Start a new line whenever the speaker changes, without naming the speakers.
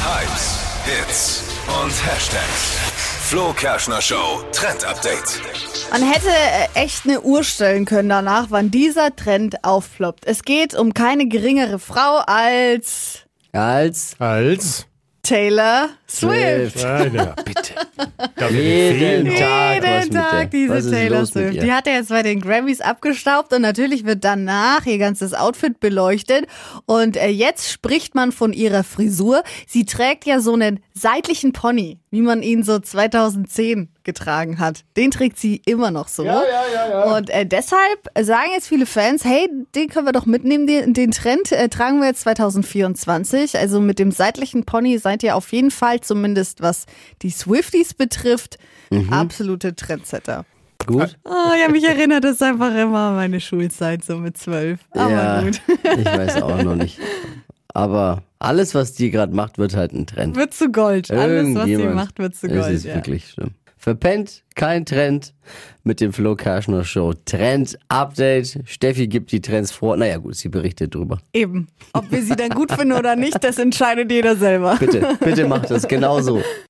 Hypes, Hits und Hashtags. Flo Kerschner Show Trend Update.
Man hätte äh, echt eine Uhr stellen können danach, wann dieser Trend aufploppt. Es geht um keine geringere Frau als
Als
Als?
Taylor Swift.
Swift.
Nein, ja.
Bitte.
Da wir
Jeden
fehlen.
Tag. was
Jeden
mit der-
Tag diese
was ist
Taylor
los mit
Swift.
ihr?
Die hat er jetzt bei den Grammys abgestaubt und natürlich wird danach ihr ganzes Outfit beleuchtet. Und äh, jetzt spricht man von ihrer Frisur. Sie trägt ja so einen seitlichen Pony, wie man ihn so 2010 getragen hat. Den trägt sie immer noch so. Ja, ja, ja, Und äh, deshalb sagen jetzt viele Fans, hey, den können wir doch mitnehmen, den, den Trend äh, tragen wir jetzt 2024. Also mit dem seitlichen Pony seid ihr auf jeden Fall, zumindest was die Swifties betrifft, absolute Trendsetter.
Gut.
Oh, ja, mich erinnert das einfach immer an meine Schulzeit, so mit zwölf. Aber
ja,
gut.
ich weiß auch noch nicht. Aber alles, was die gerade macht, wird halt ein Trend.
Wird zu Gold. Alles, was sie
Irgendjemand.
macht, wird zu
Es
Gold.
ist
Ja.
wirklich schlimm. Verpennt, kein Trend mit dem Flo Karschner Show. Trend Update. Steffi gibt die Trends vor. Naja, gut, sie berichtet drüber.
Eben. Ob wir sie dann gut finden oder nicht, das entscheidet jeder selber.
Bitte, bitte macht das genauso.